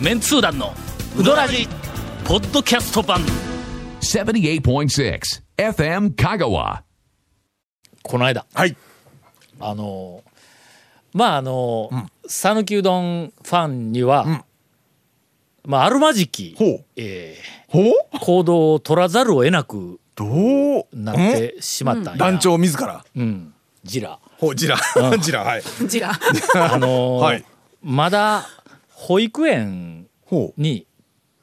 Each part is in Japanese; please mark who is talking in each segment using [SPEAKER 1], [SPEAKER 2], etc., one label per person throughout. [SPEAKER 1] メンツー団のウドラジポッドキャスト版
[SPEAKER 2] 78.6 FM Kagawa.
[SPEAKER 3] この間
[SPEAKER 4] はい。
[SPEAKER 3] あのまああの讃岐、うどんファンには、まああるまじき、
[SPEAKER 4] ほう。
[SPEAKER 3] え
[SPEAKER 4] ほう
[SPEAKER 3] ー行動を取らざるを得なく
[SPEAKER 4] どう
[SPEAKER 3] なっ
[SPEAKER 4] ん
[SPEAKER 3] てしまったんや
[SPEAKER 4] 団長自ら。
[SPEAKER 3] うんジ ラ
[SPEAKER 4] ほう、ジラ。ジラ、はい。
[SPEAKER 5] ジラ。
[SPEAKER 3] あの、
[SPEAKER 4] はい
[SPEAKER 3] まだ保育園
[SPEAKER 4] ほう。
[SPEAKER 3] に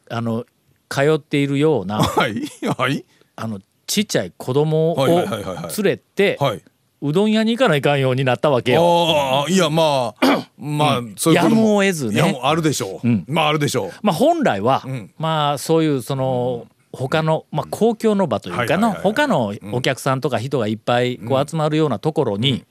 [SPEAKER 3] あの通っているような
[SPEAKER 4] はい。はい。
[SPEAKER 3] あのちっちゃい子供を
[SPEAKER 4] はいはい
[SPEAKER 3] 連
[SPEAKER 4] はいはいはい
[SPEAKER 3] れて
[SPEAKER 4] はい。
[SPEAKER 3] うどん屋に行かないかんようになったわけよ。
[SPEAKER 4] ああ、いや、まあ、まあ、そういうことも。
[SPEAKER 3] やむを得ずね
[SPEAKER 4] いや、もうあるでしょう。まあ、あるでしょう。
[SPEAKER 3] まあ、本来は、
[SPEAKER 4] ん
[SPEAKER 3] まあそういうその他の、まあ、公共の場というかの
[SPEAKER 4] はいはいはいはい
[SPEAKER 3] 他のお客さんとか人がいっぱいこう集まるようなところに、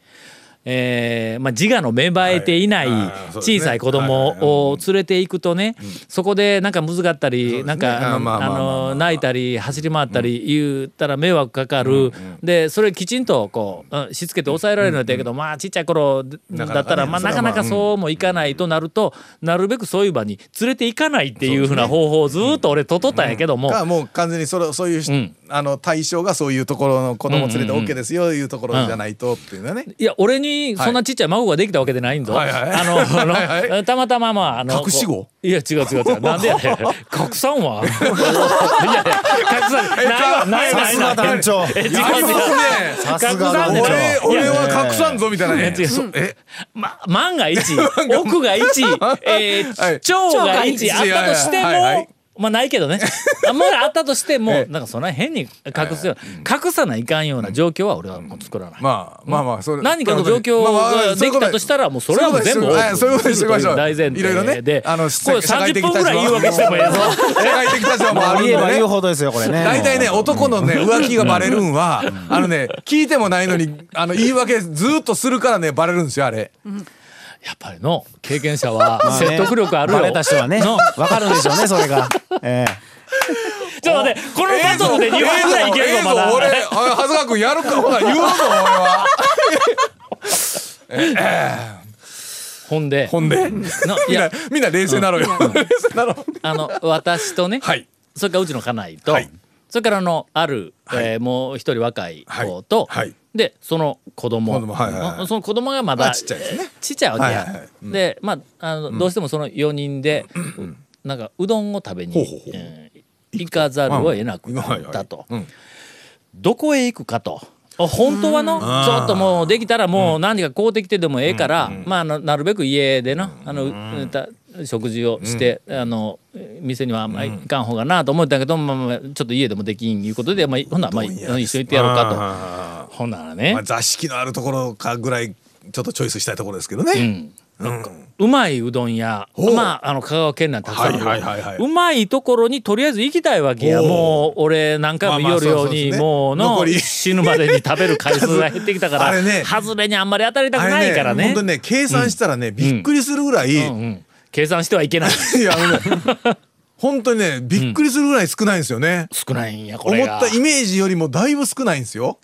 [SPEAKER 3] えーまあ、自我の芽生えていない
[SPEAKER 4] はいあーそうですね
[SPEAKER 3] 小さい子供を連れていくとね、そこでなんかむずかったり、
[SPEAKER 4] そうですね
[SPEAKER 3] なんかあ
[SPEAKER 4] あーまあまあまあまあ
[SPEAKER 3] の泣いたり走り回ったり言ったら迷惑かかる、でそれきちんとこう、うんしつけて抑えられるんだけど、まあちっちゃい頃だ
[SPEAKER 4] なかなかね
[SPEAKER 3] ったらまあ
[SPEAKER 4] それ
[SPEAKER 3] なか
[SPEAKER 4] はま
[SPEAKER 3] な
[SPEAKER 4] あ
[SPEAKER 3] かそうもいかないとなるとなるべくそういう場に連れていかないっていうふうな方法をずーっと俺とっとったんやけども、
[SPEAKER 4] かもう完全にそれそういうし、
[SPEAKER 3] うん
[SPEAKER 4] あの対象がそういうところの子供連れて OK ですよいうところじゃないとっていうのはね、
[SPEAKER 3] いや俺にそんなちっちゃい孫ができたわけでないんぞ。
[SPEAKER 4] はいはい
[SPEAKER 3] あのあの
[SPEAKER 4] はいは
[SPEAKER 3] たまたままああの
[SPEAKER 4] 隠し子
[SPEAKER 3] こういや違う違う 違うなんでやねん隠さんわ。いやいや隠さんないわないないない。
[SPEAKER 6] 団長
[SPEAKER 3] え違う違う
[SPEAKER 6] さすが
[SPEAKER 3] 隠さんでしょ
[SPEAKER 4] 俺俺は隠さんぞみたいなね、
[SPEAKER 3] いや違うそうま、万が一奥が一えー
[SPEAKER 4] はい
[SPEAKER 3] 腸が一
[SPEAKER 4] 腸
[SPEAKER 3] あ
[SPEAKER 4] が
[SPEAKER 3] ったとし
[SPEAKER 4] 一
[SPEAKER 3] ても、
[SPEAKER 4] はいはい
[SPEAKER 3] まあないけどねあまだあったとしても、
[SPEAKER 4] ええ
[SPEAKER 3] なんかそんな変に隠すよ、隠さないかんような状況は俺はもう作らない。
[SPEAKER 4] まあまあまあそれ
[SPEAKER 3] 何かの状況ができたとしたらもうそれはもう全部
[SPEAKER 4] そういうことでそういうことにしましょう
[SPEAKER 3] 大前提で
[SPEAKER 4] いろいろね
[SPEAKER 3] で
[SPEAKER 4] あの
[SPEAKER 3] これ
[SPEAKER 4] 社会
[SPEAKER 3] 30
[SPEAKER 4] 的
[SPEAKER 3] 分ぐらい言い訳してもえ えぞ
[SPEAKER 4] 社会的立場もあ
[SPEAKER 6] あ
[SPEAKER 4] るん
[SPEAKER 6] り
[SPEAKER 4] で
[SPEAKER 6] えば言う
[SPEAKER 4] ね
[SPEAKER 6] ほどですよこれね
[SPEAKER 4] 大体ね男のね浮気がバレるんはあのね聞いてもないのにあの言い訳ずっとするからねバレるんですよあれ
[SPEAKER 3] やっぱりの経験者は
[SPEAKER 6] まあね
[SPEAKER 3] 説得力あるよ、
[SPEAKER 6] バレた人はね
[SPEAKER 3] の
[SPEAKER 6] わかるん でしょうねそれがえ
[SPEAKER 3] ちょっと待ってこのバトルで2
[SPEAKER 4] ええ
[SPEAKER 3] 話
[SPEAKER 4] ぞ
[SPEAKER 3] ぐらいいけ
[SPEAKER 4] ええ
[SPEAKER 3] る
[SPEAKER 4] ぞ
[SPEAKER 3] のまだ
[SPEAKER 4] 俺長谷川君やるかほら言うぞ俺は
[SPEAKER 3] ほんで
[SPEAKER 4] ほんで
[SPEAKER 3] のい
[SPEAKER 4] みんな
[SPEAKER 3] や
[SPEAKER 4] みんな冷静なろよ冷静なろ
[SPEAKER 3] あの私とね、
[SPEAKER 4] はい
[SPEAKER 3] それからうちの家内と、
[SPEAKER 4] はい
[SPEAKER 3] それからあのある、えーもう一人若い子と、
[SPEAKER 4] はいはい
[SPEAKER 3] でその子供
[SPEAKER 4] 子供はいはいはい
[SPEAKER 3] その子供がまだ
[SPEAKER 4] あちっちゃいですね
[SPEAKER 3] ちっちゃいわけや、
[SPEAKER 4] はいはいはい
[SPEAKER 3] でまああの、どうしてもその4人で、なんかうどんを食べに
[SPEAKER 4] ほうほうほう
[SPEAKER 3] えー行かざるを得なくなったと、どこへ行くかと。あ本当はのちょっともうできたらもう何か買うてきてでもええから、まああのなるべく家でなあの、た食事をして、あの店にはあんまり行かん方がなと思ったけど、まあまあちょっと家でもできんいうことで、まあ、ほんならまあ一緒に行ってやろうかとほんならね、
[SPEAKER 4] まあ、座敷のあるところかぐらいちょっとチョイスしたいところですけどね、
[SPEAKER 3] うまいうどん屋
[SPEAKER 4] う
[SPEAKER 3] まああの香川県内たくさんある、
[SPEAKER 4] はいはいはいはいう
[SPEAKER 3] まいところにとりあえず行きたいわけや
[SPEAKER 4] おう
[SPEAKER 3] もう俺何回も言おるように
[SPEAKER 4] まあまあそうそうそうね
[SPEAKER 3] もうの
[SPEAKER 4] 残り
[SPEAKER 3] 死ぬまでに食べる回数が減ってきたか
[SPEAKER 4] あ
[SPEAKER 3] ら
[SPEAKER 4] れね
[SPEAKER 3] 外れにあんまり当たりたく
[SPEAKER 4] あれ
[SPEAKER 3] ないからね
[SPEAKER 4] 本当にね計算したらね、びっくりするぐらい、
[SPEAKER 3] うん うん、計算してはいけない
[SPEAKER 4] いやあのね本当にねびっくりするぐらい少ないんですよね、
[SPEAKER 3] 少ないんやこ
[SPEAKER 4] 思
[SPEAKER 3] れ
[SPEAKER 4] っ
[SPEAKER 3] が
[SPEAKER 4] たイメージよりもだいぶ少ないんですよ、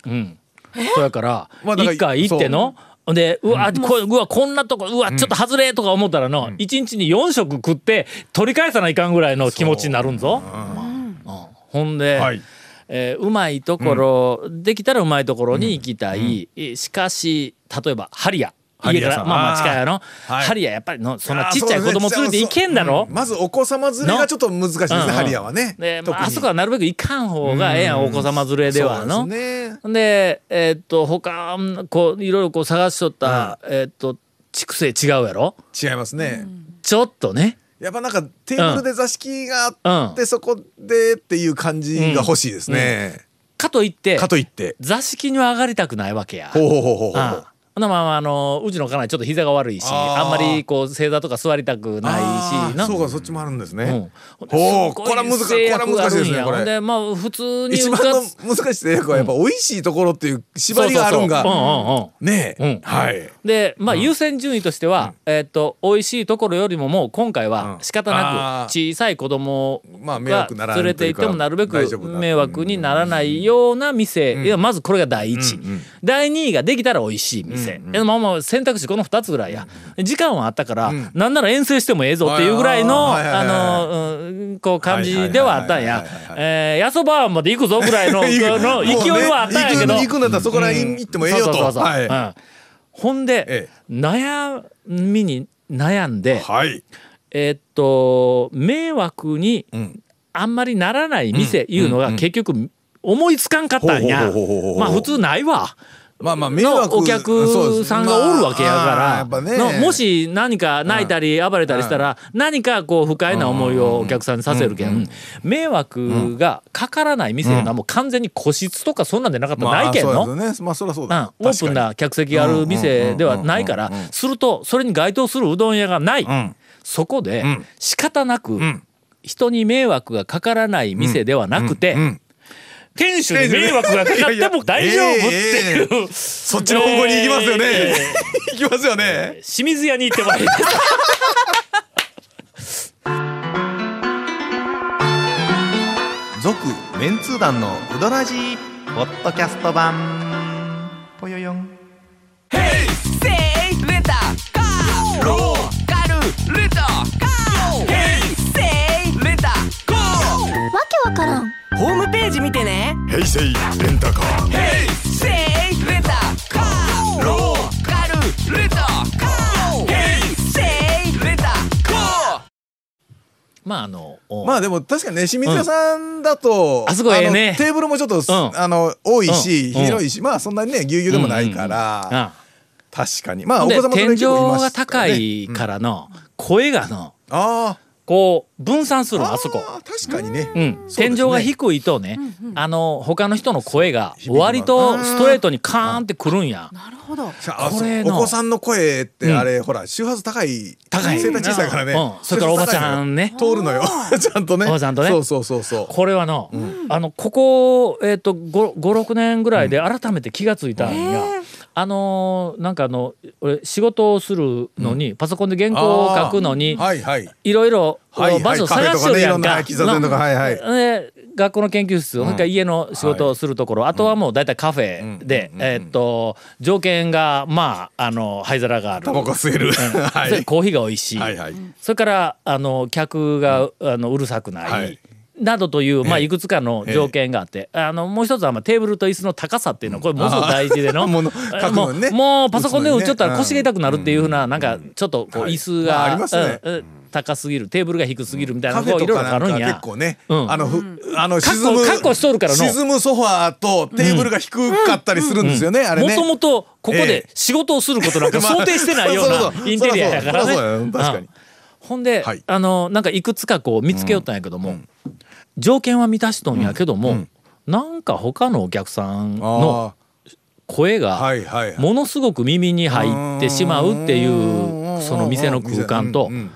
[SPEAKER 3] そうやから
[SPEAKER 4] まあだから
[SPEAKER 3] 一回行ってのでうわ,、こうわこんなとこうわちょっと外れとか思ったらの一、日に4食食って取り返さないかんぐらいの気持ちになるんぞ。うんほんで、
[SPEAKER 4] はい
[SPEAKER 3] えーうまいところ、できたらうまいところに行きたい、えしかし例えばハリア家
[SPEAKER 4] リ
[SPEAKER 3] か
[SPEAKER 4] ア
[SPEAKER 3] ら
[SPEAKER 4] さん
[SPEAKER 3] まあまあ近いやろ、
[SPEAKER 4] はい
[SPEAKER 3] ハリアやっぱりのそん
[SPEAKER 4] あ
[SPEAKER 3] な
[SPEAKER 4] ー
[SPEAKER 3] ちっちゃい子供連れて行けんだろ、
[SPEAKER 4] うんまずお子様連れがちょっと難しいですね、
[SPEAKER 3] うんうん
[SPEAKER 4] ハリアはね、
[SPEAKER 3] で、
[SPEAKER 4] 特
[SPEAKER 3] ま
[SPEAKER 4] に
[SPEAKER 3] あ、あそこはなるべく行かん方がええやん、お子様連れでは
[SPEAKER 4] そ
[SPEAKER 3] の。
[SPEAKER 4] うですね
[SPEAKER 3] でえーっと他うんこういろいろこう探しとった、えーっと畜生違うやろ
[SPEAKER 4] 違いますね、
[SPEAKER 3] ちょっとね
[SPEAKER 4] やっぱなんかテーブルで座敷があって、
[SPEAKER 3] う
[SPEAKER 4] そこでっていう感じが欲しいですね、
[SPEAKER 3] かといって
[SPEAKER 4] かといって
[SPEAKER 3] 座敷には上がりたくないわけや。
[SPEAKER 4] ほうほうほうほうほう
[SPEAKER 3] ああほんなまあまああのうちの家内ちょっと膝が悪いし
[SPEAKER 4] あー
[SPEAKER 3] あんまりこう正座とか座りたくないし
[SPEAKER 4] あ
[SPEAKER 3] な
[SPEAKER 4] ーそうかそっちもあるんですね、
[SPEAKER 3] うん
[SPEAKER 4] ほう
[SPEAKER 3] すごい
[SPEAKER 4] これは難しい
[SPEAKER 3] 制約
[SPEAKER 4] これは難しいですね
[SPEAKER 3] があるんや
[SPEAKER 4] これ
[SPEAKER 3] ほんでまあ普通に
[SPEAKER 4] 一
[SPEAKER 3] う
[SPEAKER 4] 番
[SPEAKER 3] か
[SPEAKER 4] の
[SPEAKER 3] つ
[SPEAKER 4] 難しい役はやっぱ美味しいところっていう縛りがあるんが
[SPEAKER 3] そうそうそううんうんうん
[SPEAKER 4] ねえ、
[SPEAKER 3] うん
[SPEAKER 4] はい
[SPEAKER 3] でまあ優先順位としては、えっ、と美味しいところよりももう今回は
[SPEAKER 4] うん
[SPEAKER 3] 仕方
[SPEAKER 4] あ
[SPEAKER 3] なく
[SPEAKER 4] ー
[SPEAKER 3] 小さい子供
[SPEAKER 4] まあ迷
[SPEAKER 3] が
[SPEAKER 4] 惑ならん
[SPEAKER 3] 連れて行ってもなるべ
[SPEAKER 4] というか大丈
[SPEAKER 3] く
[SPEAKER 4] 夫な
[SPEAKER 3] 迷惑にならないような店、いやまずこれが第一、第二位ができたら美味しい店、して、えまあまあ選択肢この2つぐらいや、時間はあったから、なんなら遠征してもええぞっていうぐらいの
[SPEAKER 4] はいはいはいはい
[SPEAKER 3] あの、うんこう感じではあったんやえーやそばまで行くぞぐらいのの勢いはあったんやけど
[SPEAKER 4] もうね行く行くんだったらそこら辺行ってもええよと。
[SPEAKER 3] そうそうそうそう
[SPEAKER 4] はい。
[SPEAKER 3] う
[SPEAKER 4] は
[SPEAKER 3] んほんで、
[SPEAKER 4] え
[SPEAKER 3] 悩みに悩んで、
[SPEAKER 4] い。
[SPEAKER 3] えーっと迷惑に
[SPEAKER 4] ん
[SPEAKER 3] あんまりならない店いうのが結局思いつかんかったんや
[SPEAKER 4] ほうほうほうほうほうほう
[SPEAKER 3] まあ普通ないわ
[SPEAKER 4] まあまあ迷
[SPEAKER 3] の
[SPEAKER 4] 惑
[SPEAKER 3] お客さんがおるわけや
[SPEAKER 4] ま
[SPEAKER 3] か
[SPEAKER 4] あや
[SPEAKER 3] ら
[SPEAKER 4] っぱね
[SPEAKER 3] のもし何か泣いたり暴れたりしたら何かこう不快な思いをお客さんにさせるけん迷惑がかからない店がもう完全に個室とかそんなんでなかったらないけん
[SPEAKER 4] まあ
[SPEAKER 3] の
[SPEAKER 4] そうですよね。まあそりゃそう
[SPEAKER 3] うん
[SPEAKER 4] だ。
[SPEAKER 3] オープンな客席がある店ではないからするとそれに該当するうどん屋がない、
[SPEAKER 4] ん
[SPEAKER 3] そこで
[SPEAKER 4] ん
[SPEAKER 3] 仕方なく
[SPEAKER 4] ん
[SPEAKER 3] 人に迷惑がかからない店ではなくて、
[SPEAKER 4] うんうん
[SPEAKER 3] 店主に迷惑がかかっても大丈夫っていう
[SPEAKER 4] いやいやええええそっちの方向に行きますよね
[SPEAKER 3] えええ。
[SPEAKER 4] 行きますよね。
[SPEAKER 3] 清水屋に行ってまいりま した。
[SPEAKER 5] 続メンツー団のウドラジーポッドキャスト版ぽよよん
[SPEAKER 7] セイレンタカーローカルレンタカーヘイセイレンタカー
[SPEAKER 8] わけわからん
[SPEAKER 7] ホームページ見てねヘイセイレンタカーヘイセイレンタカーローカルレンタカーヘイセイレンタカー
[SPEAKER 3] まああの、
[SPEAKER 4] まあでも確かにね清水屋さんだと、
[SPEAKER 3] あそこええね
[SPEAKER 4] あのテーブルもちょっと、
[SPEAKER 3] ん
[SPEAKER 4] あの多いし、
[SPEAKER 3] うん
[SPEAKER 4] 広いしまあそんなにねぎゅうぎゅうでもないから、
[SPEAKER 3] あ
[SPEAKER 4] 確かにまあお
[SPEAKER 3] で
[SPEAKER 4] 子様とね
[SPEAKER 3] 天井
[SPEAKER 4] 結構いま
[SPEAKER 3] が
[SPEAKER 4] したか
[SPEAKER 3] 高
[SPEAKER 4] らね
[SPEAKER 3] いからの声がの
[SPEAKER 4] あー
[SPEAKER 3] こう分散するの
[SPEAKER 4] あ
[SPEAKER 3] あそこ。
[SPEAKER 4] ー確かにね、
[SPEAKER 3] うん、
[SPEAKER 4] そう
[SPEAKER 3] 天
[SPEAKER 4] ですね
[SPEAKER 3] 井が低いとね、あの他の人の声が割とストレートにカーンってくるんや。
[SPEAKER 8] なるほど
[SPEAKER 4] あ
[SPEAKER 3] これ
[SPEAKER 4] そう
[SPEAKER 3] の
[SPEAKER 4] お子さんの声って
[SPEAKER 3] うん
[SPEAKER 4] あれ、ほら周波数高い
[SPEAKER 3] 高い
[SPEAKER 4] 声帯小さいからね、
[SPEAKER 3] うんそれからおばちゃんね
[SPEAKER 4] 通るのよちゃんとね
[SPEAKER 3] おばちゃんとね
[SPEAKER 4] そうそうそうそう
[SPEAKER 3] これはの、あのここえっ、と56年ぐらいで改めて気がついたんや、あのーなんかあの俺仕事をするのに、パソコンで原稿を書くのに、
[SPEAKER 4] はいはい
[SPEAKER 3] いろいろ
[SPEAKER 4] はいはい
[SPEAKER 3] 場所探してるやんか。
[SPEAKER 4] カフェとかねいろんな喫茶店とか
[SPEAKER 3] な
[SPEAKER 4] はいはい
[SPEAKER 3] で学校の研究室、それから家の仕事をするところ、あとはもう大体カフェで、えーっと条件がまああの灰皿がある、
[SPEAKER 4] タバコ吸える、 は
[SPEAKER 3] それ
[SPEAKER 4] い
[SPEAKER 3] コーヒーが美味しい、
[SPEAKER 4] はいはい
[SPEAKER 3] それからあの客が、あのうるさくない。
[SPEAKER 4] はい
[SPEAKER 3] などという、まあ、
[SPEAKER 4] ええ
[SPEAKER 3] いくつかの条件があって、あのもう一つは、まあ、テーブルと椅子の高さっていうのはこれものすごく大事での
[SPEAKER 4] もの
[SPEAKER 3] え
[SPEAKER 4] 書くのにね
[SPEAKER 3] もうもうパソコンで
[SPEAKER 4] 打つのに
[SPEAKER 3] 打っ
[SPEAKER 4] ね
[SPEAKER 3] ちゃったら腰が痛くなるっていうふうな、なんかちょっとこう
[SPEAKER 4] はい
[SPEAKER 3] 椅子
[SPEAKER 4] まああ
[SPEAKER 3] が、
[SPEAKER 4] りますね
[SPEAKER 3] うんうん高すぎるテーブルが低すぎるみたいな
[SPEAKER 4] カ
[SPEAKER 3] こ
[SPEAKER 4] フ
[SPEAKER 3] う
[SPEAKER 4] ェ
[SPEAKER 3] い
[SPEAKER 4] と
[SPEAKER 3] ろいろ
[SPEAKER 4] かな
[SPEAKER 3] あ
[SPEAKER 4] ん
[SPEAKER 3] るん
[SPEAKER 4] か
[SPEAKER 3] や
[SPEAKER 4] 結構ね、
[SPEAKER 3] うん
[SPEAKER 4] あのふあの
[SPEAKER 3] カッ
[SPEAKER 4] 沈
[SPEAKER 3] コ
[SPEAKER 4] む
[SPEAKER 3] カッコしとるからの
[SPEAKER 4] 沈むソファーとテーブルが低かったりするんですよね、あれ
[SPEAKER 3] も
[SPEAKER 4] ね
[SPEAKER 3] ともとここ
[SPEAKER 4] え
[SPEAKER 3] で仕事をすることなんか
[SPEAKER 4] まあ
[SPEAKER 3] 想定してないよう
[SPEAKER 4] そうそうそ
[SPEAKER 3] な
[SPEAKER 4] う
[SPEAKER 3] インテリアやからね。
[SPEAKER 4] そうそうそうそうだよ確かに
[SPEAKER 3] うんほんで、
[SPEAKER 4] はい
[SPEAKER 3] あのなんかいくつかこう見つけよったんやけども、条件は満たしとんやけども、なんか他のお客さんの
[SPEAKER 4] あ
[SPEAKER 3] 声
[SPEAKER 4] ーは
[SPEAKER 3] が
[SPEAKER 4] いはいはい
[SPEAKER 3] ものすごく耳に入ってしまうっていうその店の空間と
[SPEAKER 4] うんうんうん。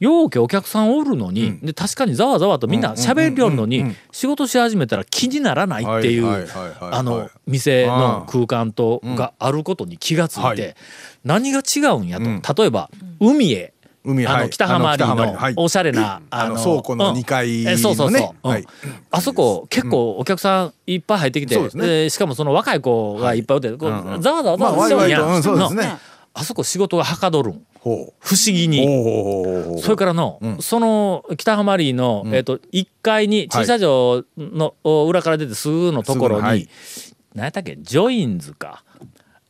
[SPEAKER 3] ようけお客さんおるのに、で確かにざわざわとみんな喋りよるのに仕事し始めたら気にならないってい
[SPEAKER 4] は
[SPEAKER 3] う
[SPEAKER 4] いはいはいはいはい
[SPEAKER 3] あの店の空間とがあることに気がつ
[SPEAKER 4] はい
[SPEAKER 3] て
[SPEAKER 4] い
[SPEAKER 3] 何が違うんやと例えば海へ
[SPEAKER 4] 海
[SPEAKER 3] あ
[SPEAKER 4] は
[SPEAKER 3] の
[SPEAKER 4] い
[SPEAKER 3] 北浜アリー
[SPEAKER 4] あの北浜アリーはい
[SPEAKER 3] のおしゃれな
[SPEAKER 4] あの倉庫の二階
[SPEAKER 3] うんえそうそうそう
[SPEAKER 4] のね
[SPEAKER 3] うん
[SPEAKER 4] はい
[SPEAKER 3] あそこ結構お客さんいっぱい入ってきて
[SPEAKER 4] そうですね
[SPEAKER 3] えーしかもその若い子がいっぱいおってこうざわざわざ
[SPEAKER 4] まあ
[SPEAKER 3] わざわ
[SPEAKER 4] ワ
[SPEAKER 3] してる
[SPEAKER 4] イワイ
[SPEAKER 3] や
[SPEAKER 4] と、うん、
[SPEAKER 3] ん
[SPEAKER 4] そうですね
[SPEAKER 3] あそこ仕事がはかどるん
[SPEAKER 4] ほ
[SPEAKER 3] 不思議に
[SPEAKER 4] う。ほうほうほうほう
[SPEAKER 3] それからの、その北浜リーの、えっと1階に駐車場の、お裏から出てすぐのところに、
[SPEAKER 4] すぐのはい
[SPEAKER 3] 何やったっけジョインズか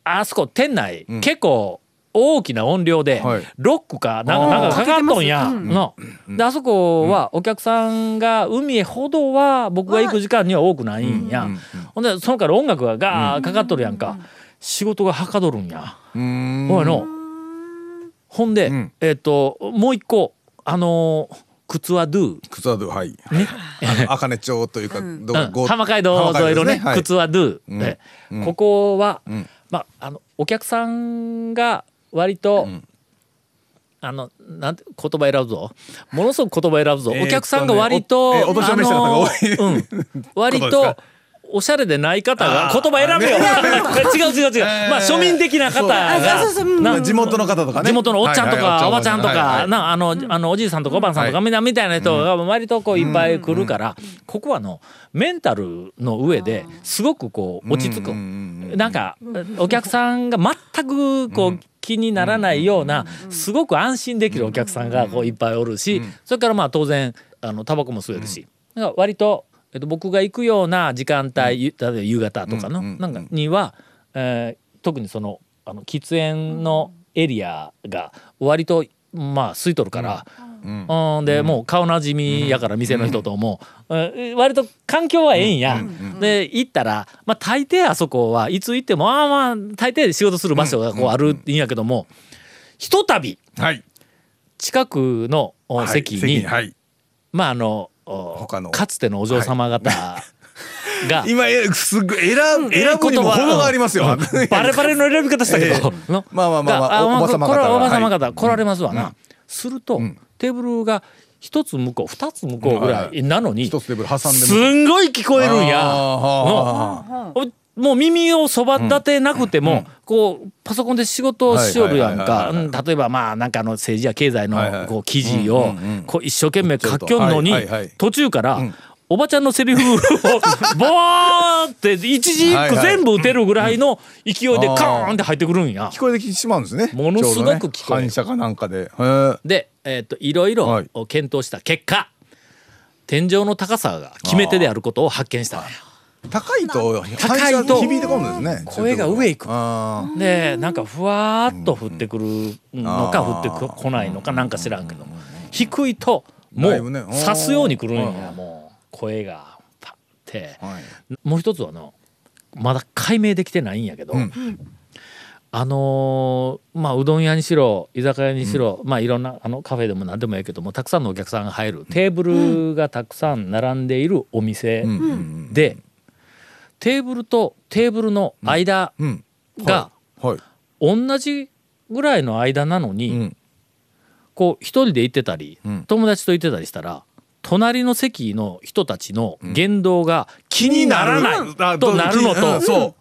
[SPEAKER 3] あそこ店内、結構大きな音量で、
[SPEAKER 4] はい
[SPEAKER 3] ロックかなんかなんかかかっとんや、のであそこはお客さんが海へほどは僕が行く時間には多くないんや、ほんでそのから音楽がガーかかっとるやんか、仕事がはかどるんや。
[SPEAKER 4] うーん
[SPEAKER 3] おいのほんで、
[SPEAKER 4] ん
[SPEAKER 3] えっ、ともう一個あのー靴はドゥ
[SPEAKER 4] 靴はどうはい
[SPEAKER 3] ね、
[SPEAKER 4] 赤根町というか、ど
[SPEAKER 3] うん
[SPEAKER 4] ご
[SPEAKER 3] 浜街道沿いのね
[SPEAKER 4] 浜街道ですはい
[SPEAKER 3] 靴はドゥ、ね
[SPEAKER 4] ん
[SPEAKER 3] ここは、
[SPEAKER 4] ん
[SPEAKER 3] まああのお客さんが割と、あのなんて言葉選ぶぞものすごく言葉選ぶぞ、
[SPEAKER 4] えー
[SPEAKER 3] お客さんが割と、
[SPEAKER 4] えーお年を召した方が
[SPEAKER 3] あの
[SPEAKER 4] 多い
[SPEAKER 3] ーうん、割
[SPEAKER 4] ことで
[SPEAKER 3] と
[SPEAKER 4] すか
[SPEAKER 3] おしゃれでない方が言葉選べよ、 違う違う違う、まあ庶民的な方がな
[SPEAKER 4] まあ地元の方とかね
[SPEAKER 3] 地元のおっちゃんと
[SPEAKER 4] はいはい
[SPEAKER 3] かおばちゃんと
[SPEAKER 4] はい
[SPEAKER 3] か
[SPEAKER 4] はい
[SPEAKER 3] なあのあのおじいさんとかおばあさんとかみんなみたいな人が割とこういっぱい来るからここはあのメンタルの上ですごくこう落ち着く
[SPEAKER 4] うんうんうん
[SPEAKER 3] なんかお客さんが全くこう気にならないようなすごく安心できるお客さんがこういっぱいおるしそれからまあ当然あのタバコも吸えるしだから割と、えっと、僕が行くような時間帯ゆ例えば夕方とかのなんかには、えー特にそのあの喫煙のエリアが割とまあ空いとるから。うん、で、もう顔なじみやから店の人とも、うん割と環境はええんや、で行ったら、まあ、大抵あそこはいつ行ってもああまあ大抵仕事する場所がこうあるんやけども、ひとたび
[SPEAKER 4] はい
[SPEAKER 3] 近くのお
[SPEAKER 4] はい
[SPEAKER 3] 席に,、
[SPEAKER 4] はい
[SPEAKER 3] まああのお
[SPEAKER 4] 他の
[SPEAKER 3] かつてのお嬢様方が、
[SPEAKER 4] 今えすっごい選ぶ選ぶにも程があります よ
[SPEAKER 3] バレバレの選び方したけど、 の
[SPEAKER 4] まあまあまあまあ
[SPEAKER 3] が
[SPEAKER 4] おおばさま方
[SPEAKER 3] これ
[SPEAKER 4] が
[SPEAKER 3] はおばさま
[SPEAKER 4] は
[SPEAKER 3] 方来られますわな、すると、テーブルが一つ向こう二つ向こうぐらいなのに、
[SPEAKER 4] 一つテーブル挟んでも
[SPEAKER 3] すんごい聞こえるんや
[SPEAKER 4] あーはーはーはー
[SPEAKER 3] おもう耳をそば立てなくても、こうパソコンで仕事をしよるやん
[SPEAKER 4] はい
[SPEAKER 3] か
[SPEAKER 4] はいはいはい
[SPEAKER 3] うん例えばまあなんかあの政治や経済
[SPEAKER 4] はいは
[SPEAKER 3] の
[SPEAKER 4] い
[SPEAKER 3] こう記事をこう一生懸命書きょんのに
[SPEAKER 4] はいはいはい
[SPEAKER 3] 途中からおばちゃんのセリ フをボーって一字一句全部打てるぐらいの勢いで
[SPEAKER 4] うん
[SPEAKER 3] カーンって入ってくるんや
[SPEAKER 4] 聞。こえてきてしまうんですね
[SPEAKER 3] ものすごく聞
[SPEAKER 4] ち
[SPEAKER 3] こ
[SPEAKER 4] ょうど
[SPEAKER 3] える
[SPEAKER 4] ね反射かなんかでへー
[SPEAKER 3] で、えっといろいろ
[SPEAKER 4] はい
[SPEAKER 3] 検討した結果天井の高さが決め手であることを発見したんや。
[SPEAKER 4] 高いと
[SPEAKER 3] 高いと
[SPEAKER 4] 反射響いてこるんですね
[SPEAKER 3] 声が上行く
[SPEAKER 4] あー
[SPEAKER 3] でなんかふわーっと降ってくるのか降ってこ来ないのかなんか知らんけど低いともう
[SPEAKER 4] だいぶねうん
[SPEAKER 3] 刺すように来るんやもう声がパッて
[SPEAKER 4] はい
[SPEAKER 3] もう一つはのまだ解明できてないんやけど、
[SPEAKER 4] ん
[SPEAKER 3] あのーまあうどん屋にしろ居酒屋にしろ、まあいろんなあのカフェでも何でもいいけどもたくさんのお客さんが入るテーブルがたくさん並んでいるお店
[SPEAKER 4] うん
[SPEAKER 3] で、テーブルとテーブルの間
[SPEAKER 4] うん
[SPEAKER 3] が、
[SPEAKER 4] はい
[SPEAKER 3] 同じぐらいの間なのに、
[SPEAKER 4] うん
[SPEAKER 3] こう一人で行ってたり、
[SPEAKER 4] ん
[SPEAKER 3] 友達と行ってたりしたら隣の席の人たちの言動が気にならないとなるの
[SPEAKER 4] うん
[SPEAKER 3] と、
[SPEAKER 4] そう
[SPEAKER 3] あの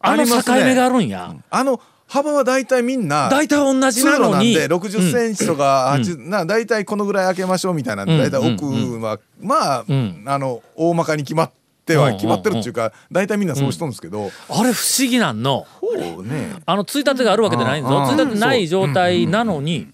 [SPEAKER 4] あります
[SPEAKER 3] 境
[SPEAKER 4] ね
[SPEAKER 3] 目があるんや。
[SPEAKER 4] あの幅は大体みんな
[SPEAKER 3] 大体同じ
[SPEAKER 4] 通
[SPEAKER 3] な
[SPEAKER 4] 路
[SPEAKER 3] の
[SPEAKER 4] なん
[SPEAKER 3] に
[SPEAKER 4] で60センチとか、八な大体このぐらい開けましょうみたいなんで
[SPEAKER 3] うん
[SPEAKER 4] 大体奥は、まあ、
[SPEAKER 3] ん
[SPEAKER 4] あの大まかに決まって
[SPEAKER 3] う
[SPEAKER 4] は
[SPEAKER 3] ん
[SPEAKER 4] 決まってるっていうか、大体みんなそうしとんですけど、
[SPEAKER 3] あれ不思議なんの
[SPEAKER 4] こうね
[SPEAKER 3] あのついたてがあるわけじゃないんですよ
[SPEAKER 4] うん
[SPEAKER 3] ついたてない状態なのに、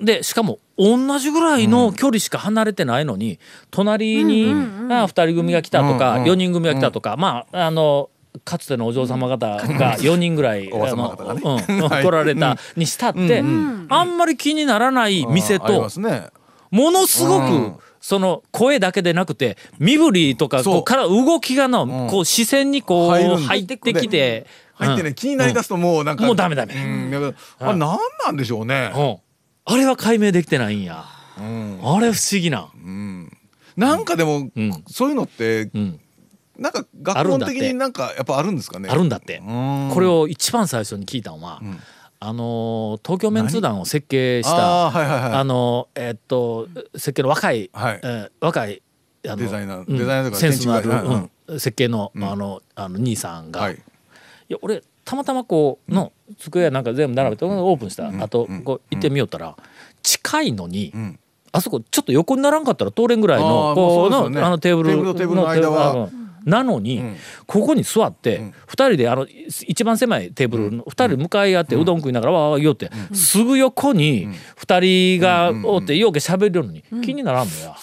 [SPEAKER 3] でしかも同じぐらいの距離しか離れてないのに隣に、あ2人組が来たとか、
[SPEAKER 4] うんうん
[SPEAKER 3] 4人組が来たとか、まああのかつてのお嬢様方が4人ぐらいあ
[SPEAKER 4] おば様
[SPEAKER 3] の
[SPEAKER 4] 方がね
[SPEAKER 3] うんうん
[SPEAKER 4] はい
[SPEAKER 3] 来られたにしたって、あんまり気にならない店
[SPEAKER 4] ありま
[SPEAKER 3] と
[SPEAKER 4] すね
[SPEAKER 3] ものすごく、
[SPEAKER 4] うん
[SPEAKER 3] その声だけでなくて身振りとか
[SPEAKER 4] そう
[SPEAKER 3] こうから動きがの、
[SPEAKER 4] ん
[SPEAKER 3] こう視線にこう
[SPEAKER 4] 入るん
[SPEAKER 3] 入ってきて。
[SPEAKER 4] 入ってね、気になりだすともうなんか、
[SPEAKER 3] もうダメダメ
[SPEAKER 4] うんだからあれ何なんでしょうね、
[SPEAKER 3] うん、あれは解明できてないんや、あれ不思議な、
[SPEAKER 4] なんかでも、
[SPEAKER 3] ん
[SPEAKER 4] そういうのって、
[SPEAKER 3] ん
[SPEAKER 4] なんか
[SPEAKER 3] あ
[SPEAKER 4] 学
[SPEAKER 3] るん
[SPEAKER 4] 問
[SPEAKER 3] だって
[SPEAKER 4] 的になんかやっぱあるんですかね
[SPEAKER 3] あるんだって
[SPEAKER 4] ん
[SPEAKER 3] これを一番最初に聞いたのは、あのー東京メンツ団を設計した
[SPEAKER 4] あーはいはいはい
[SPEAKER 3] あのーえっと設計の若い、
[SPEAKER 4] はい
[SPEAKER 3] えー若いあの
[SPEAKER 4] デザイナー
[SPEAKER 3] うん
[SPEAKER 4] デザイナーとか
[SPEAKER 3] センスのあ
[SPEAKER 4] 建
[SPEAKER 3] る、
[SPEAKER 4] 築家はい
[SPEAKER 3] うん設計の,、あのあの兄さんが、
[SPEAKER 4] はいい、
[SPEAKER 3] や俺たまたまこうの机やなんか全部並べてオープンした、あとこう行ってみよったら近いのに、
[SPEAKER 4] ん
[SPEAKER 3] あそこちょっと横にならんかったら通れんぐらい
[SPEAKER 4] あ
[SPEAKER 3] の
[SPEAKER 4] ーも
[SPEAKER 3] こ
[SPEAKER 4] うそ
[SPEAKER 3] の
[SPEAKER 4] うですよね
[SPEAKER 3] あのテーブル
[SPEAKER 4] テーブルとテーブルの間は
[SPEAKER 3] のテーブルうんなのに、ここに座って2人であの一番狭いテーブルの2人向かい合ってうどん食いながらわーわー言おってすぐ横に2人がおってようけ喋るのに気にならんのや。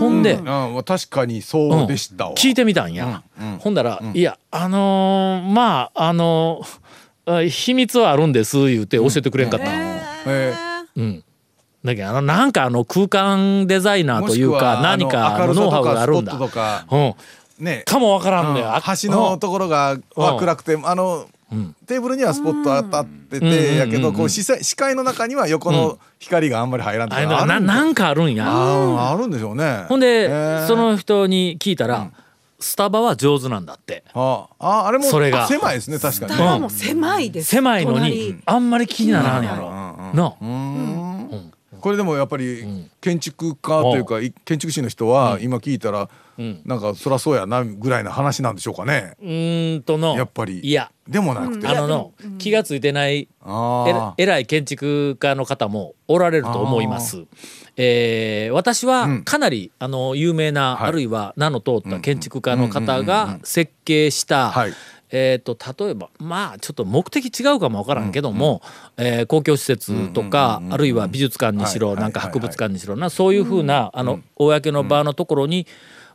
[SPEAKER 3] ほんで、
[SPEAKER 4] あ確かにそうでしたわ、
[SPEAKER 3] 聞いてみたんや、ほんだら、いやあのーまああのーあ秘密はあるんです言うて教えてくれんかったん、
[SPEAKER 4] え
[SPEAKER 3] だけどあのなんかあの空間デザイナ
[SPEAKER 4] ー
[SPEAKER 3] ーというか
[SPEAKER 4] あの
[SPEAKER 3] 何か
[SPEAKER 4] 明
[SPEAKER 3] の
[SPEAKER 4] るさ
[SPEAKER 3] ノウハ
[SPEAKER 4] と
[SPEAKER 3] ウ
[SPEAKER 4] か
[SPEAKER 3] があ
[SPEAKER 4] ス
[SPEAKER 3] る
[SPEAKER 4] ポ
[SPEAKER 3] ん
[SPEAKER 4] ッ
[SPEAKER 3] だ
[SPEAKER 4] トとか
[SPEAKER 3] うん、
[SPEAKER 4] ね
[SPEAKER 3] かもわからんの
[SPEAKER 4] うん
[SPEAKER 3] よ、
[SPEAKER 4] 橋のところがは暗くてあのテーブルにはスポット当たっててやけどこう視線視界の中には横の光があんまり入らんと
[SPEAKER 3] あれ
[SPEAKER 4] か
[SPEAKER 3] だ
[SPEAKER 4] あ
[SPEAKER 3] な
[SPEAKER 4] るん
[SPEAKER 3] なんかあるん
[SPEAKER 4] あ
[SPEAKER 3] や
[SPEAKER 4] ーあるんでしょうね
[SPEAKER 3] ほんで、
[SPEAKER 4] へー
[SPEAKER 3] その人に聞いたら、スタバは上手なんだって
[SPEAKER 4] あああれも
[SPEAKER 3] それが
[SPEAKER 4] 狭いですね確かに
[SPEAKER 8] ただもう狭いです。
[SPEAKER 3] 狭いの
[SPEAKER 8] 隣
[SPEAKER 3] に。あんまり気にならんやろ、なあ
[SPEAKER 4] これでもやっぱり建築家というかい建築士の人は今聞いたらなんかそらそうやなぐらいな話なんでしょうかね
[SPEAKER 3] うーんとの
[SPEAKER 4] やっぱり
[SPEAKER 3] いや
[SPEAKER 4] でもなくて
[SPEAKER 3] あのの気がついてないえら
[SPEAKER 4] あー
[SPEAKER 3] 偉い建築家の方もおられると思います。えー私はかなり、あの有名な、
[SPEAKER 4] はい
[SPEAKER 3] あるいは名の通った建築家の方が設計した、
[SPEAKER 4] はい
[SPEAKER 3] えー、と例えばまあちょっと目的違うかもわからんけども、えー公共施設とか、あるいは美術館にしろ、
[SPEAKER 4] はい
[SPEAKER 3] なんか
[SPEAKER 4] はい
[SPEAKER 3] 博物館にしろなそういうふうな、あの公の場のところに、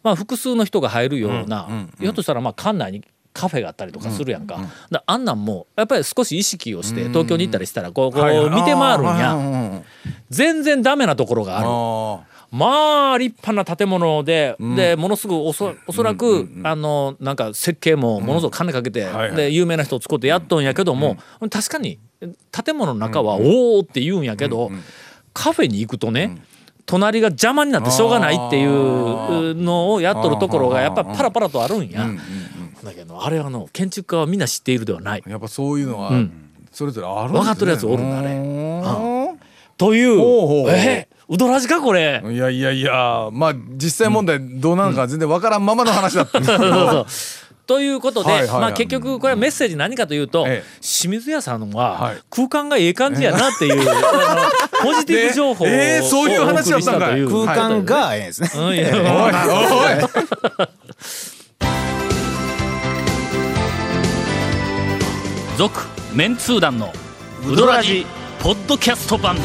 [SPEAKER 3] まあ、複数の人が入るような、ひょっとしたらまあ館内にカフェがあったりとかするやんか,、だあんなんもやっぱり少し意識をして東京に行ったりしたらこうこう
[SPEAKER 4] はい
[SPEAKER 3] 見て回るん
[SPEAKER 4] あー
[SPEAKER 3] や
[SPEAKER 4] はいはいはいはい
[SPEAKER 3] 全然ダメなところがある。
[SPEAKER 4] あ
[SPEAKER 3] まあ立派な建物で、でものすごくおそおそらく、あのなんか設計もものすごく金かけて、
[SPEAKER 4] はいはい
[SPEAKER 3] で有名な人を使ってやっとんやけども、確かに建物の中は「おお!」って言うんやけど、カフェに行くとね、隣が邪魔になってしょうがないっていうのをやっとるところがやっぱパラパラとあるんや。だけどあれはあの建築家はみんな知っているではない。
[SPEAKER 4] ーやっぱそういうのは
[SPEAKER 3] ん
[SPEAKER 4] それぞれあるんですね
[SPEAKER 3] 分かってるやつおるんだあれ。
[SPEAKER 4] う
[SPEAKER 3] という
[SPEAKER 4] ほうほうほう
[SPEAKER 3] えーうどらじかこれ。
[SPEAKER 4] んいやいやいやまあ実際問題どうなのか全然わからんままの話だったんですけ ど
[SPEAKER 3] そうそうということで、
[SPEAKER 4] はいはいはい
[SPEAKER 3] まあ、結局これはメッセージ何かというと、
[SPEAKER 4] ええ
[SPEAKER 3] 清水屋さん
[SPEAKER 4] は
[SPEAKER 3] はい空間がええ感じやなって いう、あのポジティブ情報を、
[SPEAKER 4] ねええそういう話だったんかい
[SPEAKER 3] お送りしたという
[SPEAKER 6] 空間がええんですね。
[SPEAKER 3] うんいや
[SPEAKER 4] おいおい
[SPEAKER 1] 続メンツー団のウドラジポッドキャスト版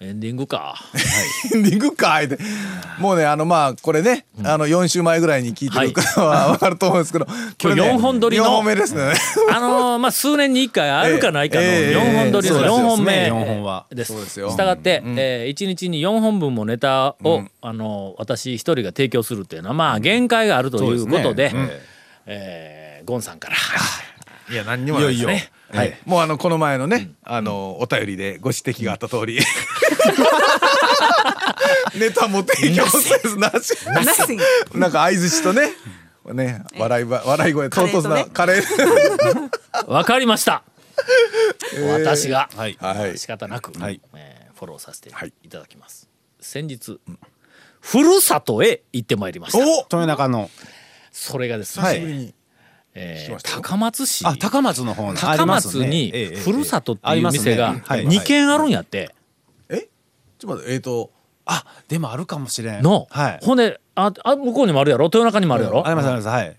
[SPEAKER 3] エンディングか
[SPEAKER 4] エンディングかいってもうねあのまあこれね、あの4週前ぐらいに聞いてる方は分かると思うんですけど、これね、
[SPEAKER 3] 四本撮りの
[SPEAKER 4] 4本目ですね、
[SPEAKER 3] あのーまあ数年に1回あるかないかの
[SPEAKER 4] ええええ
[SPEAKER 3] 4本撮り
[SPEAKER 6] そう
[SPEAKER 3] の
[SPEAKER 6] です
[SPEAKER 3] 4本
[SPEAKER 6] そ
[SPEAKER 3] 目
[SPEAKER 6] うですね4本は
[SPEAKER 3] です
[SPEAKER 4] そうですよ
[SPEAKER 3] したがって、え1日に4本分もネタを、あのー私一人が提供するっていうのはまあ限界があるということでえーゴンさんから
[SPEAKER 4] いや何にもないです
[SPEAKER 3] い
[SPEAKER 4] ね
[SPEAKER 3] よいよ
[SPEAKER 4] はいもうあのこの前のね、あのお便りでご指摘があった通 りネタも提供せずなし
[SPEAKER 7] 何
[SPEAKER 4] なんか相槌とねね笑いば笑い声唐突なカレー、
[SPEAKER 3] わかりました。私が、はい
[SPEAKER 4] はい
[SPEAKER 3] 仕方なく、
[SPEAKER 4] い
[SPEAKER 3] えーフォローさせて
[SPEAKER 4] はい
[SPEAKER 3] いただきます。先日、ふるさとへ行ってまいりました。
[SPEAKER 4] お
[SPEAKER 6] 豊中の
[SPEAKER 3] それがですね、
[SPEAKER 6] はい
[SPEAKER 3] えー
[SPEAKER 4] きましたよ
[SPEAKER 3] 高松市
[SPEAKER 6] あ高松の方にあり
[SPEAKER 3] 高
[SPEAKER 6] ま
[SPEAKER 3] 松
[SPEAKER 6] すね
[SPEAKER 3] に
[SPEAKER 6] ええええ
[SPEAKER 3] ふるさとっていう店が
[SPEAKER 6] ありますねはい
[SPEAKER 3] 2軒あるんやって。
[SPEAKER 4] えちょっと待ってえっ、と
[SPEAKER 6] あでもあるかもしれん
[SPEAKER 3] の、
[SPEAKER 6] はい
[SPEAKER 3] ほんでああ向こうにもあるやろ豊中にもあるやろ、
[SPEAKER 6] ありますありますはい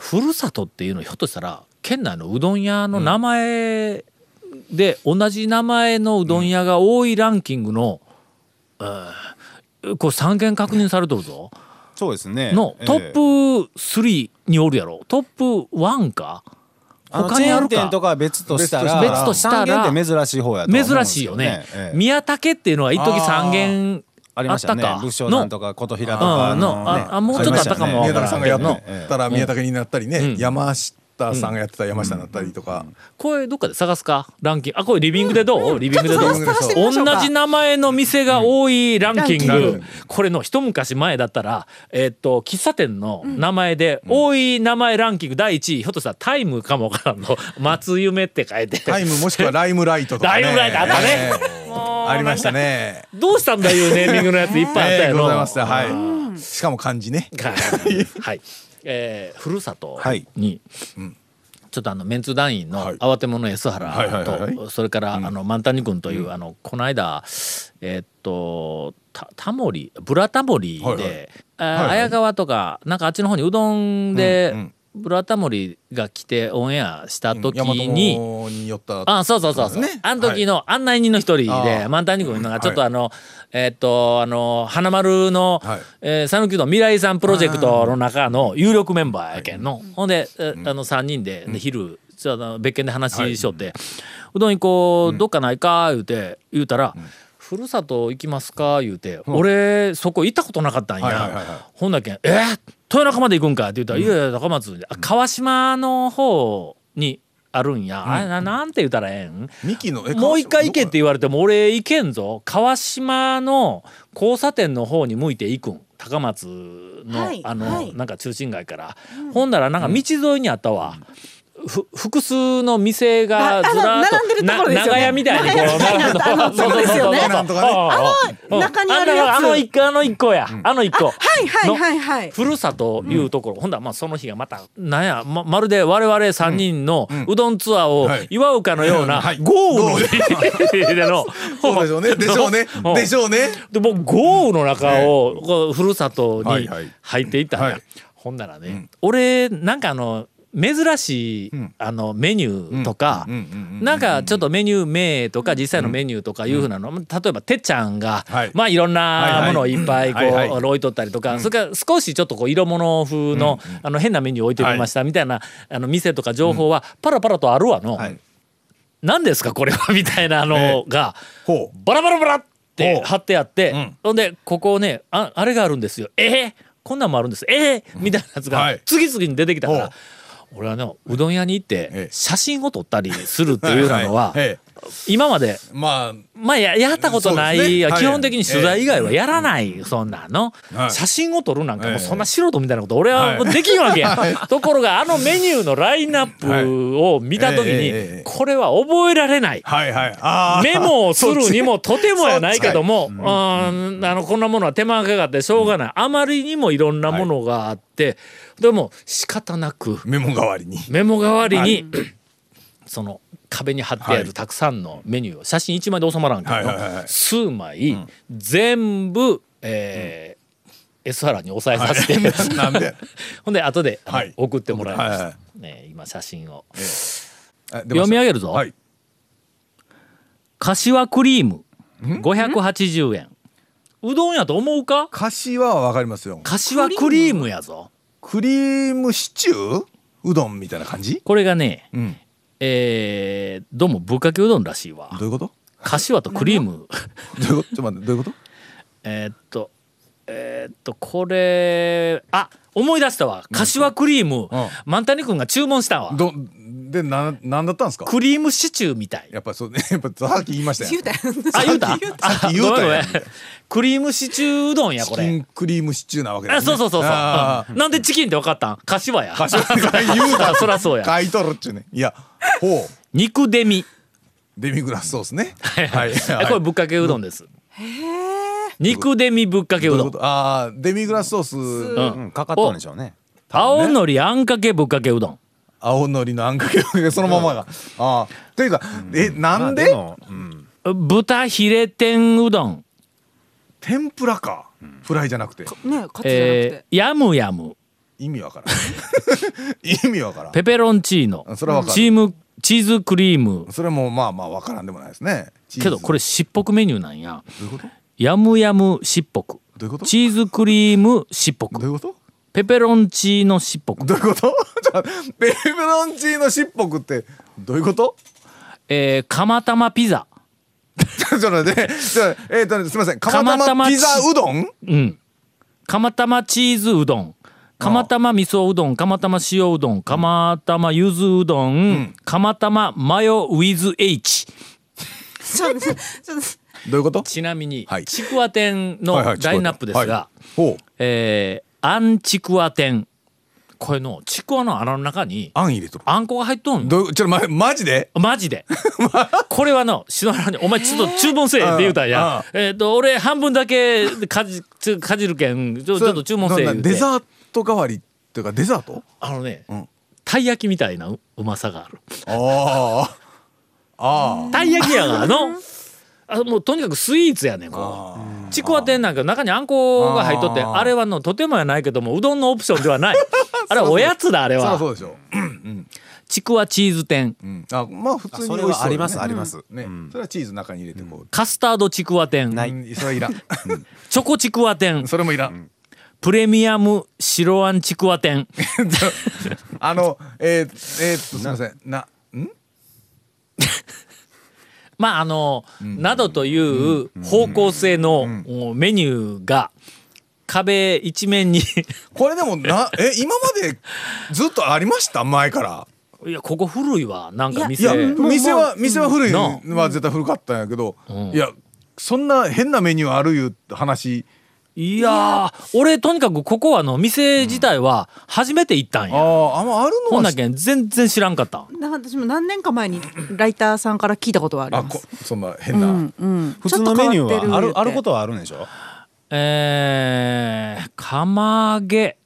[SPEAKER 3] ふるさとっていうのひょっとしたら県内のうどん屋の名前で、同じ名前のうどん屋が多いランキングの、うん、こう3件確認されとるぞ、
[SPEAKER 6] そうですね
[SPEAKER 3] の
[SPEAKER 6] ええ
[SPEAKER 3] トップ3におるやろトップ1か
[SPEAKER 6] あの
[SPEAKER 3] 他にある
[SPEAKER 6] チェー
[SPEAKER 3] か
[SPEAKER 6] ン店とかは別としたら
[SPEAKER 3] 別としたら
[SPEAKER 6] 三軒って珍しい方やとは思うんですけど
[SPEAKER 3] 珍しいよね、
[SPEAKER 6] ええ
[SPEAKER 3] 宮武っていうのは一時三3軒
[SPEAKER 6] あり
[SPEAKER 3] あ
[SPEAKER 6] ま
[SPEAKER 3] っ
[SPEAKER 6] した
[SPEAKER 3] た
[SPEAKER 6] ね
[SPEAKER 3] か
[SPEAKER 6] 武将団
[SPEAKER 3] の
[SPEAKER 6] とか琴平と
[SPEAKER 3] あ
[SPEAKER 6] か
[SPEAKER 3] のああもうちょっとあったかもわ
[SPEAKER 4] 宮
[SPEAKER 3] から
[SPEAKER 4] 武
[SPEAKER 3] ん
[SPEAKER 4] さんがや
[SPEAKER 3] けどの
[SPEAKER 4] ったら宮武になったりね、山下さんがやってたら山下になったりとか、
[SPEAKER 3] これどっかで探すかランキングあこれリビングでどう、リビングでどう
[SPEAKER 4] 探して
[SPEAKER 7] みましょうか
[SPEAKER 3] 同じ名前の店が多いランキング、
[SPEAKER 7] ラン
[SPEAKER 4] キング
[SPEAKER 3] これの一昔前だったらえーっと喫茶店の名前で、多い名前ランキング第1位ひょっとしたらタイムかもわからんの「松夢」って書いて
[SPEAKER 4] タイムもしくはライムライトとか、ね、
[SPEAKER 3] ライムライトあったね
[SPEAKER 4] えーありましたね
[SPEAKER 3] どうしたんだいうネーミングのやついっぱいあった
[SPEAKER 4] え
[SPEAKER 3] や
[SPEAKER 4] え
[SPEAKER 3] ろ。
[SPEAKER 4] ございましたはいしかも漢字ね
[SPEAKER 3] はい、えー、ふるさと
[SPEAKER 6] はい
[SPEAKER 3] に、ちょっとあのメンツ団員の
[SPEAKER 4] はい
[SPEAKER 3] 慌て者安
[SPEAKER 4] はいはいはい
[SPEAKER 3] 原
[SPEAKER 4] は
[SPEAKER 3] とそれからあの万谷君という、あのこの間えーっとたタモリブラタモリで、
[SPEAKER 4] はいはい
[SPEAKER 3] あ
[SPEAKER 4] いはい
[SPEAKER 3] 綾川とかなんかあっちの方にうどんで、
[SPEAKER 4] うんうん
[SPEAKER 3] ブラタモリが来てオンエアした時
[SPEAKER 4] 大和
[SPEAKER 3] に。
[SPEAKER 4] に寄った
[SPEAKER 3] あそうそうそうそう、
[SPEAKER 4] ね
[SPEAKER 3] あの時の案内人の一人
[SPEAKER 4] あ
[SPEAKER 3] で
[SPEAKER 4] あ
[SPEAKER 3] 満タンに君のがちょっと
[SPEAKER 4] はい
[SPEAKER 3] あの、えーっとあの花丸の
[SPEAKER 4] はい
[SPEAKER 3] えー讃岐、うどん未来さんプロジェクトの中の有力メンバーやけんの、ほんで、えあの3人でで昼ちょっとあの別件で話ししょって、うどん行こう、どっかないか言うて言うたら、ふるさと行きますか言うて、俺そこ行ったことなかったんや、
[SPEAKER 4] はいはいはいはい
[SPEAKER 3] ほんだけん「えー、豊中まで行くんか?」って言ったら「いやいや高松であ川島の方にあるんや、あれななんて言ったらええん
[SPEAKER 4] ミキのえ
[SPEAKER 3] もう一回行けって言われても俺行けんぞ川島の交差点の方に向いて行くん高松の、
[SPEAKER 7] はい
[SPEAKER 3] あの、
[SPEAKER 7] はい
[SPEAKER 3] なんか中心街から、ほんならなんか道沿いにあったわ、ふ複数の店
[SPEAKER 8] あ
[SPEAKER 3] が
[SPEAKER 8] あの
[SPEAKER 3] ずらっと
[SPEAKER 8] 並んでるところですよね
[SPEAKER 3] な長屋みたいにこう
[SPEAKER 8] 並んでる
[SPEAKER 3] 並ん
[SPEAKER 8] あの
[SPEAKER 3] でるそう
[SPEAKER 8] そ
[SPEAKER 3] そうそうそう
[SPEAKER 8] うですよねなん
[SPEAKER 4] とかね
[SPEAKER 3] うんうん
[SPEAKER 8] 中にあるやつ
[SPEAKER 3] あのあの一個あの一個や、あの一個
[SPEAKER 8] はいはいはいはい
[SPEAKER 3] ふるさというところ、ほんだらまあその日がまたなんやままるで我々3人のうどんツアーを
[SPEAKER 4] はい
[SPEAKER 3] 祝うかのような
[SPEAKER 4] はい
[SPEAKER 3] 豪雨の日での
[SPEAKER 4] そうでしょうね。でし ょうね
[SPEAKER 3] うん。
[SPEAKER 4] でしょうね。
[SPEAKER 3] でもう豪雨の中をこうふるさと
[SPEAKER 4] は
[SPEAKER 3] に
[SPEAKER 4] いはい
[SPEAKER 3] 入っていったんだ、
[SPEAKER 4] はい
[SPEAKER 3] ほんならね、俺なんかあの珍しい、あのメニューとか、
[SPEAKER 4] うんうんうんうん
[SPEAKER 3] なんかちょっとメニュー名とか実際のメニューとかいうふうなの、例えばてっちゃんが、
[SPEAKER 4] はい
[SPEAKER 3] まあいろんなものを
[SPEAKER 4] はいはい
[SPEAKER 3] いっぱいこう、
[SPEAKER 4] はいはい
[SPEAKER 3] 置いとったりとか、それから少しちょっとこう色物風の,、あの変なメニュー置いてみましたみたいな、あの店とか情報はパラパラとあるわの、
[SPEAKER 6] はい
[SPEAKER 3] 何ですかこれはみたいなのが、
[SPEAKER 4] ほ
[SPEAKER 3] バラバラバラって
[SPEAKER 4] ほう
[SPEAKER 3] 貼ってあって、
[SPEAKER 4] ん
[SPEAKER 3] ほんでここねああれがあるんですよえー、こんなんもあるんですえー、みたいなやつ
[SPEAKER 4] は
[SPEAKER 3] が
[SPEAKER 4] い
[SPEAKER 3] 次々に出てきたから、
[SPEAKER 4] ほう
[SPEAKER 3] 俺はねうどん屋に行っ
[SPEAKER 4] え
[SPEAKER 3] て
[SPEAKER 4] え
[SPEAKER 3] 写真を撮ったりするって いうのは
[SPEAKER 4] え
[SPEAKER 3] 今まで
[SPEAKER 4] えまあ
[SPEAKER 3] まあややったことな
[SPEAKER 4] そう
[SPEAKER 3] い、
[SPEAKER 4] ですねはい
[SPEAKER 3] 基本的に取材以外はやらない、そんなの、
[SPEAKER 4] はい
[SPEAKER 3] 写真を撮るなんかもう
[SPEAKER 4] ええ
[SPEAKER 3] そんな素人みたいなこと俺はもう
[SPEAKER 4] はい
[SPEAKER 3] できんわけや、ところがあのメニューのラインナップを見た時に、
[SPEAKER 4] はいええええええ
[SPEAKER 3] これは覚えられない
[SPEAKER 4] はいはい。ああ。
[SPEAKER 3] メモをする にもとてもやないけども、うん、あのこんなものは手間がかかってしょうがない、あまりにもいろんなものがあって、でも仕方なく
[SPEAKER 4] メモ代わりに。
[SPEAKER 3] メモ代わりに、 その壁に貼ってあるたくさんのメニューを、写真1枚で収まらんけど、
[SPEAKER 4] はいはいはいはい
[SPEAKER 3] 数枚、全部、えー S 原に押さえさせて、
[SPEAKER 4] なんで。
[SPEAKER 3] ほんで後で、あの
[SPEAKER 4] はい
[SPEAKER 3] 送ってもらいました、
[SPEAKER 4] はいは
[SPEAKER 3] ね、今写真を
[SPEAKER 4] あ出ました
[SPEAKER 3] 読み上げるぞ。
[SPEAKER 4] はい。
[SPEAKER 3] 柏クリーム580円うどんやと思うか
[SPEAKER 4] 菓子はわかりますよ。
[SPEAKER 3] 柏クリームやぞ
[SPEAKER 4] クリームシチューうどんみたいな感じ？
[SPEAKER 3] これがね、
[SPEAKER 4] うん。
[SPEAKER 3] えー、どうもぶっかけうどんらしいわ
[SPEAKER 4] どういうこと？
[SPEAKER 3] 柏とクリーム
[SPEAKER 4] どういうこと？ちょっと待ってどういうこと？
[SPEAKER 3] えーっとえーっとこれあ思い出したわ柏クリーム、
[SPEAKER 4] うん
[SPEAKER 3] 万谷君が注文したわ
[SPEAKER 4] どでななんだったんですか？
[SPEAKER 3] クリームシチューみたい
[SPEAKER 4] やっぱそうね やっぱさっき言いましたよ。
[SPEAKER 8] 言うたやん
[SPEAKER 3] あ言うた
[SPEAKER 4] さっき言うたやん
[SPEAKER 3] あごめんごめんクリームシチューうどんや
[SPEAKER 4] チ
[SPEAKER 3] こ
[SPEAKER 4] キ
[SPEAKER 3] れ
[SPEAKER 4] ンクリームシチューなわけだよ
[SPEAKER 3] あ
[SPEAKER 4] ね。
[SPEAKER 3] そうそうそうそう
[SPEAKER 4] あ
[SPEAKER 3] うんなんでチキンって分かったん柏や
[SPEAKER 4] ー菓子は言うた
[SPEAKER 3] そらそうや
[SPEAKER 4] 買い取るっちゅうね。いやほう
[SPEAKER 3] 肉デミ
[SPEAKER 4] デミグラスソースね。は い
[SPEAKER 3] はい、これぶっかけうどんです。肉デミぶっかけう
[SPEAKER 4] どういう
[SPEAKER 3] ど
[SPEAKER 4] こ
[SPEAKER 3] ん。
[SPEAKER 4] とああデミグラスソース
[SPEAKER 6] うんかかったんでしょうね
[SPEAKER 3] 青のりあんかけぶっかけうどん。
[SPEAKER 4] 青のりのあんかけがそのままが。ああというかえなん
[SPEAKER 6] まあ
[SPEAKER 4] で
[SPEAKER 6] もうん
[SPEAKER 3] 豚ヒレ天うどん。
[SPEAKER 4] 天ぷらかフライじゃなくて
[SPEAKER 8] ねカツじゃなく
[SPEAKER 3] え
[SPEAKER 8] て
[SPEAKER 3] ー、ヤムヤム。
[SPEAKER 4] 意味わからん 意味わからん。
[SPEAKER 3] ペペロンチーノ
[SPEAKER 4] あ。それはわかる
[SPEAKER 3] チームチーズクリーム。
[SPEAKER 4] それもまあまあわからんでもないですね。チー
[SPEAKER 3] け
[SPEAKER 4] ズ
[SPEAKER 3] どこれしっぽくメニューなんや。
[SPEAKER 4] どういうこと？
[SPEAKER 3] ヤムヤムしっぽく。
[SPEAKER 4] どういうこと？
[SPEAKER 3] チーズクリームしっぽ
[SPEAKER 4] どうい
[SPEAKER 3] く。
[SPEAKER 4] うこと？
[SPEAKER 3] ペペロンチーノしっぽく。
[SPEAKER 4] どういうこと？ ちょっとペペロンチーノしっぽくってどういうこと？
[SPEAKER 3] えー、釜玉ピザ。
[SPEAKER 4] ちょっと待って、ちょっとえっ、とすみません、釜
[SPEAKER 3] 釜玉
[SPEAKER 4] 玉
[SPEAKER 3] チ
[SPEAKER 4] ピザうどん？
[SPEAKER 3] うん。釜玉チーズうどん。釜玉味噌うどん、釜玉塩うどん、釜玉ゆずうどん、釜玉マヨウィズ H。
[SPEAKER 8] ちょっとちょっと
[SPEAKER 4] どういうこと？
[SPEAKER 3] ちなみに、
[SPEAKER 4] はい
[SPEAKER 3] ちくわ店
[SPEAKER 4] はいは
[SPEAKER 3] の
[SPEAKER 4] い
[SPEAKER 3] ラインナップですが、
[SPEAKER 4] はいほう、
[SPEAKER 3] えー、あんちくわ店。これの、ちくわの穴の中に、
[SPEAKER 4] あん入れとる。
[SPEAKER 3] あんこが入っとんよ。
[SPEAKER 4] どういうちょっとまマジで？
[SPEAKER 3] マジ で。これはの、篠原に、お前ちょっと注文せえって言うたんや。えっ、と、俺半分だけかじ、つかじるけん、ちょちょっと注文せえ言
[SPEAKER 4] そん
[SPEAKER 3] う
[SPEAKER 4] な
[SPEAKER 3] て
[SPEAKER 4] デザート代わりっていうかデザート？
[SPEAKER 3] あのね、
[SPEAKER 4] ん
[SPEAKER 3] たい焼きみたいなううまさがある。
[SPEAKER 4] あああ
[SPEAKER 3] たい焼きやがの。あもうとにかくスイーツやねんこうちくわ店なんか中にあんこが入っとって
[SPEAKER 4] あ
[SPEAKER 3] あ
[SPEAKER 4] ー
[SPEAKER 3] れはのとてもやないけどもうどんのオプションではない あれはおやつだあれ
[SPEAKER 4] あ、そりゃ
[SPEAKER 3] は
[SPEAKER 4] そうでしょ。
[SPEAKER 3] ちくわチーズ店
[SPEAKER 4] うん、あまあ普通に
[SPEAKER 6] そ
[SPEAKER 4] 美
[SPEAKER 6] れ
[SPEAKER 4] 味し
[SPEAKER 6] は
[SPEAKER 4] そうだね
[SPEAKER 6] ありますあります
[SPEAKER 4] ね、それはチーズ中に入れてこう。
[SPEAKER 3] カスタードちくわ店
[SPEAKER 6] ない
[SPEAKER 4] うんそれはいらん。
[SPEAKER 3] チョコちくわ店
[SPEAKER 4] それもいらん。
[SPEAKER 3] プレミアム白あんちくわ店
[SPEAKER 4] あの、えー、えー、っと、すみません。な、ん
[SPEAKER 3] まああの、などという方向性の、おメニューが壁一面に
[SPEAKER 4] これでもな、え、今までずっとありました前から。
[SPEAKER 3] いやここ古いわなんか
[SPEAKER 4] い
[SPEAKER 3] 店
[SPEAKER 4] や、店は、店は古い
[SPEAKER 3] な
[SPEAKER 4] のは絶対古かったんやけど、いや、そんな変なメニューあるいう話、
[SPEAKER 3] いやー、俺とにかくここはあの店自体は初めて行ったん
[SPEAKER 4] あ
[SPEAKER 3] や。
[SPEAKER 4] ああんまあるの
[SPEAKER 3] ほん
[SPEAKER 4] は
[SPEAKER 3] なけん全然知らんかった。
[SPEAKER 8] なんか私も何年か前にライターさんから聞いたことはあり
[SPEAKER 4] あ
[SPEAKER 8] ま
[SPEAKER 4] こ
[SPEAKER 8] す。
[SPEAKER 4] そんな変な、
[SPEAKER 8] うん、。
[SPEAKER 6] 普通のメニューはあるあることとはあるんでしょ
[SPEAKER 3] えー、釜揚げ。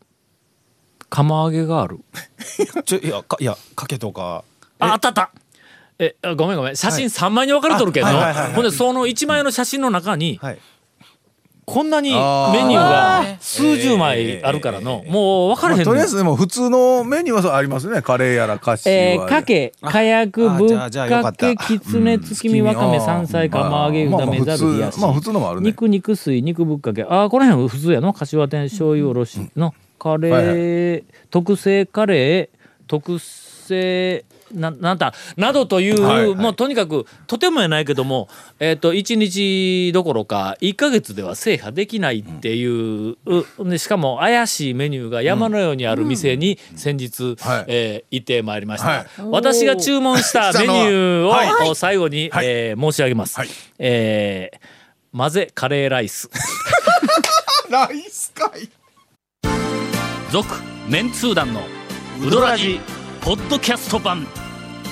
[SPEAKER 3] 釜揚げがある。
[SPEAKER 6] ちょいやかいやかけとか
[SPEAKER 3] あ、あったあったえ、あごめんごめん。写真3枚に分かれとるけど、
[SPEAKER 6] はいはいはいはい
[SPEAKER 3] ほんでその1枚の写真の中に、
[SPEAKER 6] はい
[SPEAKER 3] こんなにメニ
[SPEAKER 4] あー
[SPEAKER 3] ューが数十枚あるからの、もう分かれ
[SPEAKER 4] ま
[SPEAKER 3] へ
[SPEAKER 4] あ
[SPEAKER 3] ん
[SPEAKER 4] とりあ
[SPEAKER 3] ね
[SPEAKER 4] えずでも普通のメニューはそうありますねカレーやらカシ
[SPEAKER 3] え
[SPEAKER 4] オ
[SPEAKER 3] ー、
[SPEAKER 4] やら
[SPEAKER 3] かけ、かやく、
[SPEAKER 6] あ
[SPEAKER 3] ぶ
[SPEAKER 6] じゃあ
[SPEAKER 3] っ
[SPEAKER 6] じゃあよか
[SPEAKER 3] か
[SPEAKER 6] った
[SPEAKER 3] け、きつね、月見、わかめ、
[SPEAKER 4] あー
[SPEAKER 3] 山菜、釜揚げ、う
[SPEAKER 4] まあ
[SPEAKER 3] だめ、ざる、冷やし
[SPEAKER 4] まあ、まあ普通まあ普通のもあるね
[SPEAKER 3] 肉、肉水、肉ぶっかけ。ああ、この辺は普通やの。柏天、醤油おろしの、カレー、
[SPEAKER 4] はい
[SPEAKER 3] 特製カレー、特製、ななんだなどという、
[SPEAKER 4] はいはい
[SPEAKER 3] もうとにかくとてもやないけども、えっと1日どころか1か月では制覇できないっていう、うでしかも怪しいメニューが山のようにある店に先日、
[SPEAKER 4] はい
[SPEAKER 3] えー行ってまいりました、
[SPEAKER 4] はい
[SPEAKER 3] 私が注文したメニューを、
[SPEAKER 4] はい
[SPEAKER 3] お最後に、
[SPEAKER 4] はい
[SPEAKER 3] えー申し上げます、
[SPEAKER 4] はい
[SPEAKER 3] えー混ぜカレーライス
[SPEAKER 4] ライスかい
[SPEAKER 1] 続メンツー団のウドラジポッドキャスト版